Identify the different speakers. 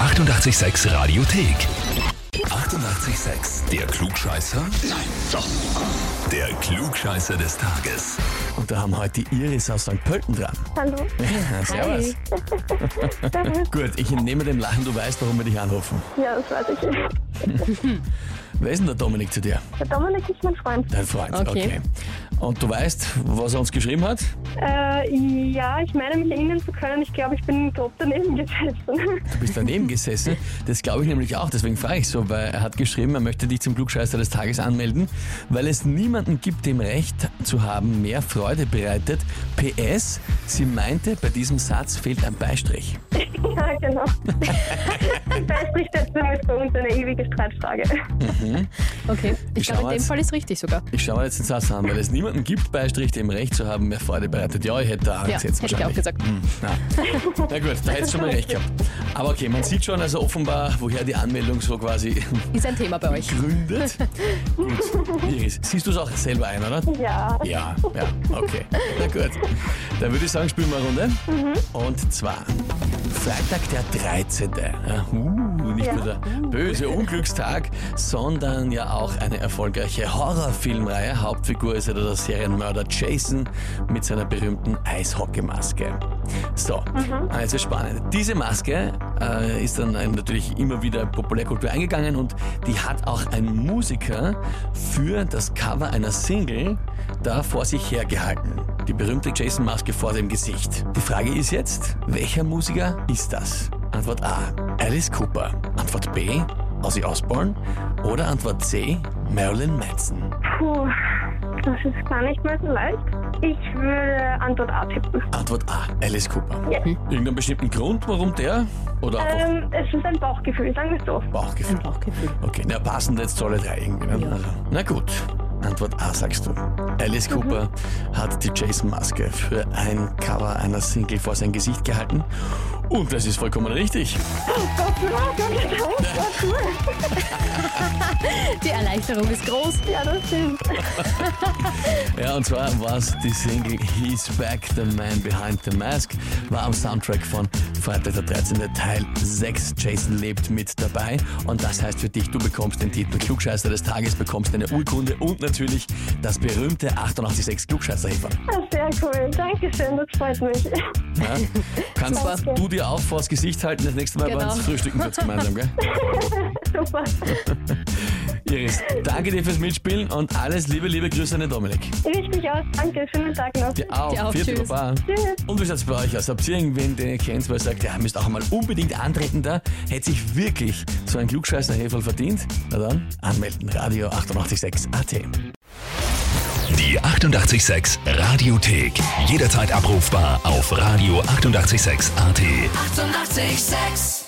Speaker 1: 886 Radiothek. 88,6. Der Klugscheißer? Nein, doch. Der Klugscheißer des Tages.
Speaker 2: Und da haben wir heute die Iris aus St. Pölten dran.
Speaker 3: Hallo.
Speaker 2: Servus. Gut, ich entnehme dem Lachen, du weißt, warum wir dich anrufen.
Speaker 3: Ja, das weiß ich. Der
Speaker 2: Wer ist denn der Dominik zu dir?
Speaker 3: Dominik ist mein Freund.
Speaker 2: Dein Freund.
Speaker 4: Okay.
Speaker 2: Und du weißt, was er uns geschrieben hat?
Speaker 3: Äh, ja, ich meine, mich erinnern zu können. Ich glaube, ich bin grob daneben gesessen.
Speaker 2: Du bist daneben gesessen. Das glaube ich nämlich auch, deswegen frage ich so, weil er hat geschrieben, er möchte dich zum Klugscheißer des Tages anmelden, weil es niemanden gibt, dem Recht zu haben, mehr Freude bereitet. PS, sie meinte, bei diesem Satz fehlt ein Beistrich.
Speaker 3: ja, genau. da spricht jetzt damit bei uns eine ewige Streitfrage.
Speaker 4: Okay, ich
Speaker 2: schau
Speaker 4: glaube, in dem
Speaker 2: jetzt.
Speaker 4: Fall ist richtig sogar.
Speaker 2: Ich schaue mir jetzt den Satz an, weil es niemanden gibt, Beistrich, dem Recht zu haben, mehr Freude bereitet. Ja, ich hätte da
Speaker 4: Ja,
Speaker 2: Angst jetzt
Speaker 4: hätte ich auch
Speaker 2: wahrscheinlich. Hm,
Speaker 4: gesagt.
Speaker 2: Na, na gut, da hättest du schon mal recht gehabt. Aber okay, man sieht schon also offenbar, woher die Anmeldung so quasi
Speaker 4: Ist ein Thema bei euch.
Speaker 2: gründet. Gut, Iris, siehst du es auch selber ein, oder?
Speaker 3: Ja.
Speaker 2: Ja, ja, okay. Na gut. Dann würde ich sagen, spielen wir eine Runde. Und zwar Freitag der 13. Ja, Uh, nicht nur der böse Unglückstag, sondern ja auch eine erfolgreiche Horrorfilmreihe. Hauptfigur ist ja der Serienmörder Jason mit seiner berühmten Eishockeymaske. So, also spannend. Diese Maske äh, ist dann ein- natürlich immer wieder in Populärkultur eingegangen und die hat auch ein Musiker für das Cover einer Single da vor sich hergehalten. Die berühmte Jason-Maske vor dem Gesicht. Die Frage ist jetzt, welcher Musiker ist das? Antwort A. Alice Cooper. Antwort B. Ozzy Osbourne. Oder Antwort C. Marilyn Manson.
Speaker 3: Puh, das ist gar nicht mal so leicht. Ich würde Antwort A tippen.
Speaker 2: Antwort A. Alice Cooper.
Speaker 3: Ja.
Speaker 2: Irgendeinen bestimmten Grund, warum der? Oder einfach
Speaker 3: Ähm, es ist ein Bauchgefühl, sagen wir es so.
Speaker 2: Bauchgefühl?
Speaker 4: Ein Bauchgefühl.
Speaker 2: Okay, na passend jetzt alle drei irgendwie. Ne?
Speaker 4: Ja.
Speaker 2: Also, na gut, Antwort A sagst du. Alice Cooper hat die Jason-Maske für ein Cover einer Single vor sein Gesicht gehalten. Und das ist vollkommen richtig.
Speaker 3: Gott sei Dank, Gott sei Dank, war cool.
Speaker 4: Die Erleichterung ist groß.
Speaker 3: Ja, das stimmt.
Speaker 2: Ja, und zwar war es die Single He's Back, The Man Behind the Mask, war am Soundtrack von Freitag der 13. Teil 6. Jason lebt mit dabei. Und das heißt für dich, du bekommst den Titel Klugscheißer des Tages, bekommst eine Urkunde und natürlich das berühmte 886 klugscheißer -Heferl.
Speaker 3: Ah, Sehr cool. Dankeschön, das freut mich.
Speaker 2: Ja? Kannst
Speaker 4: Super.
Speaker 2: du dir auch vors Gesicht halten, das nächste Mal
Speaker 4: Genau.
Speaker 2: beim Frühstücken kurz gemeinsam, gell?
Speaker 3: Super.
Speaker 2: Iris, danke dir fürs Mitspielen und alles liebe, liebe Grüße an den Dominik.
Speaker 3: Richtig aus. Danke. Schönen Tag noch.
Speaker 2: Dir auch.
Speaker 4: Dir auch,
Speaker 2: Vierte
Speaker 4: tschüss.
Speaker 2: Baba.
Speaker 3: Tschüss.
Speaker 2: Und wie schaut's bei euch aus? Habt ihr irgendwen, den ihr kennt, weil ihr sagt, ja, müsst auch mal unbedingt antreten da? Hätte sich wirklich so ein Klugscheißer-Heferl verdient? Na dann, anmelden. Radio 886 AT.
Speaker 1: Die 88,6 Radiothek. Jederzeit abrufbar auf radio886.at. 88,6.
Speaker 5: Eighty-eight, sex.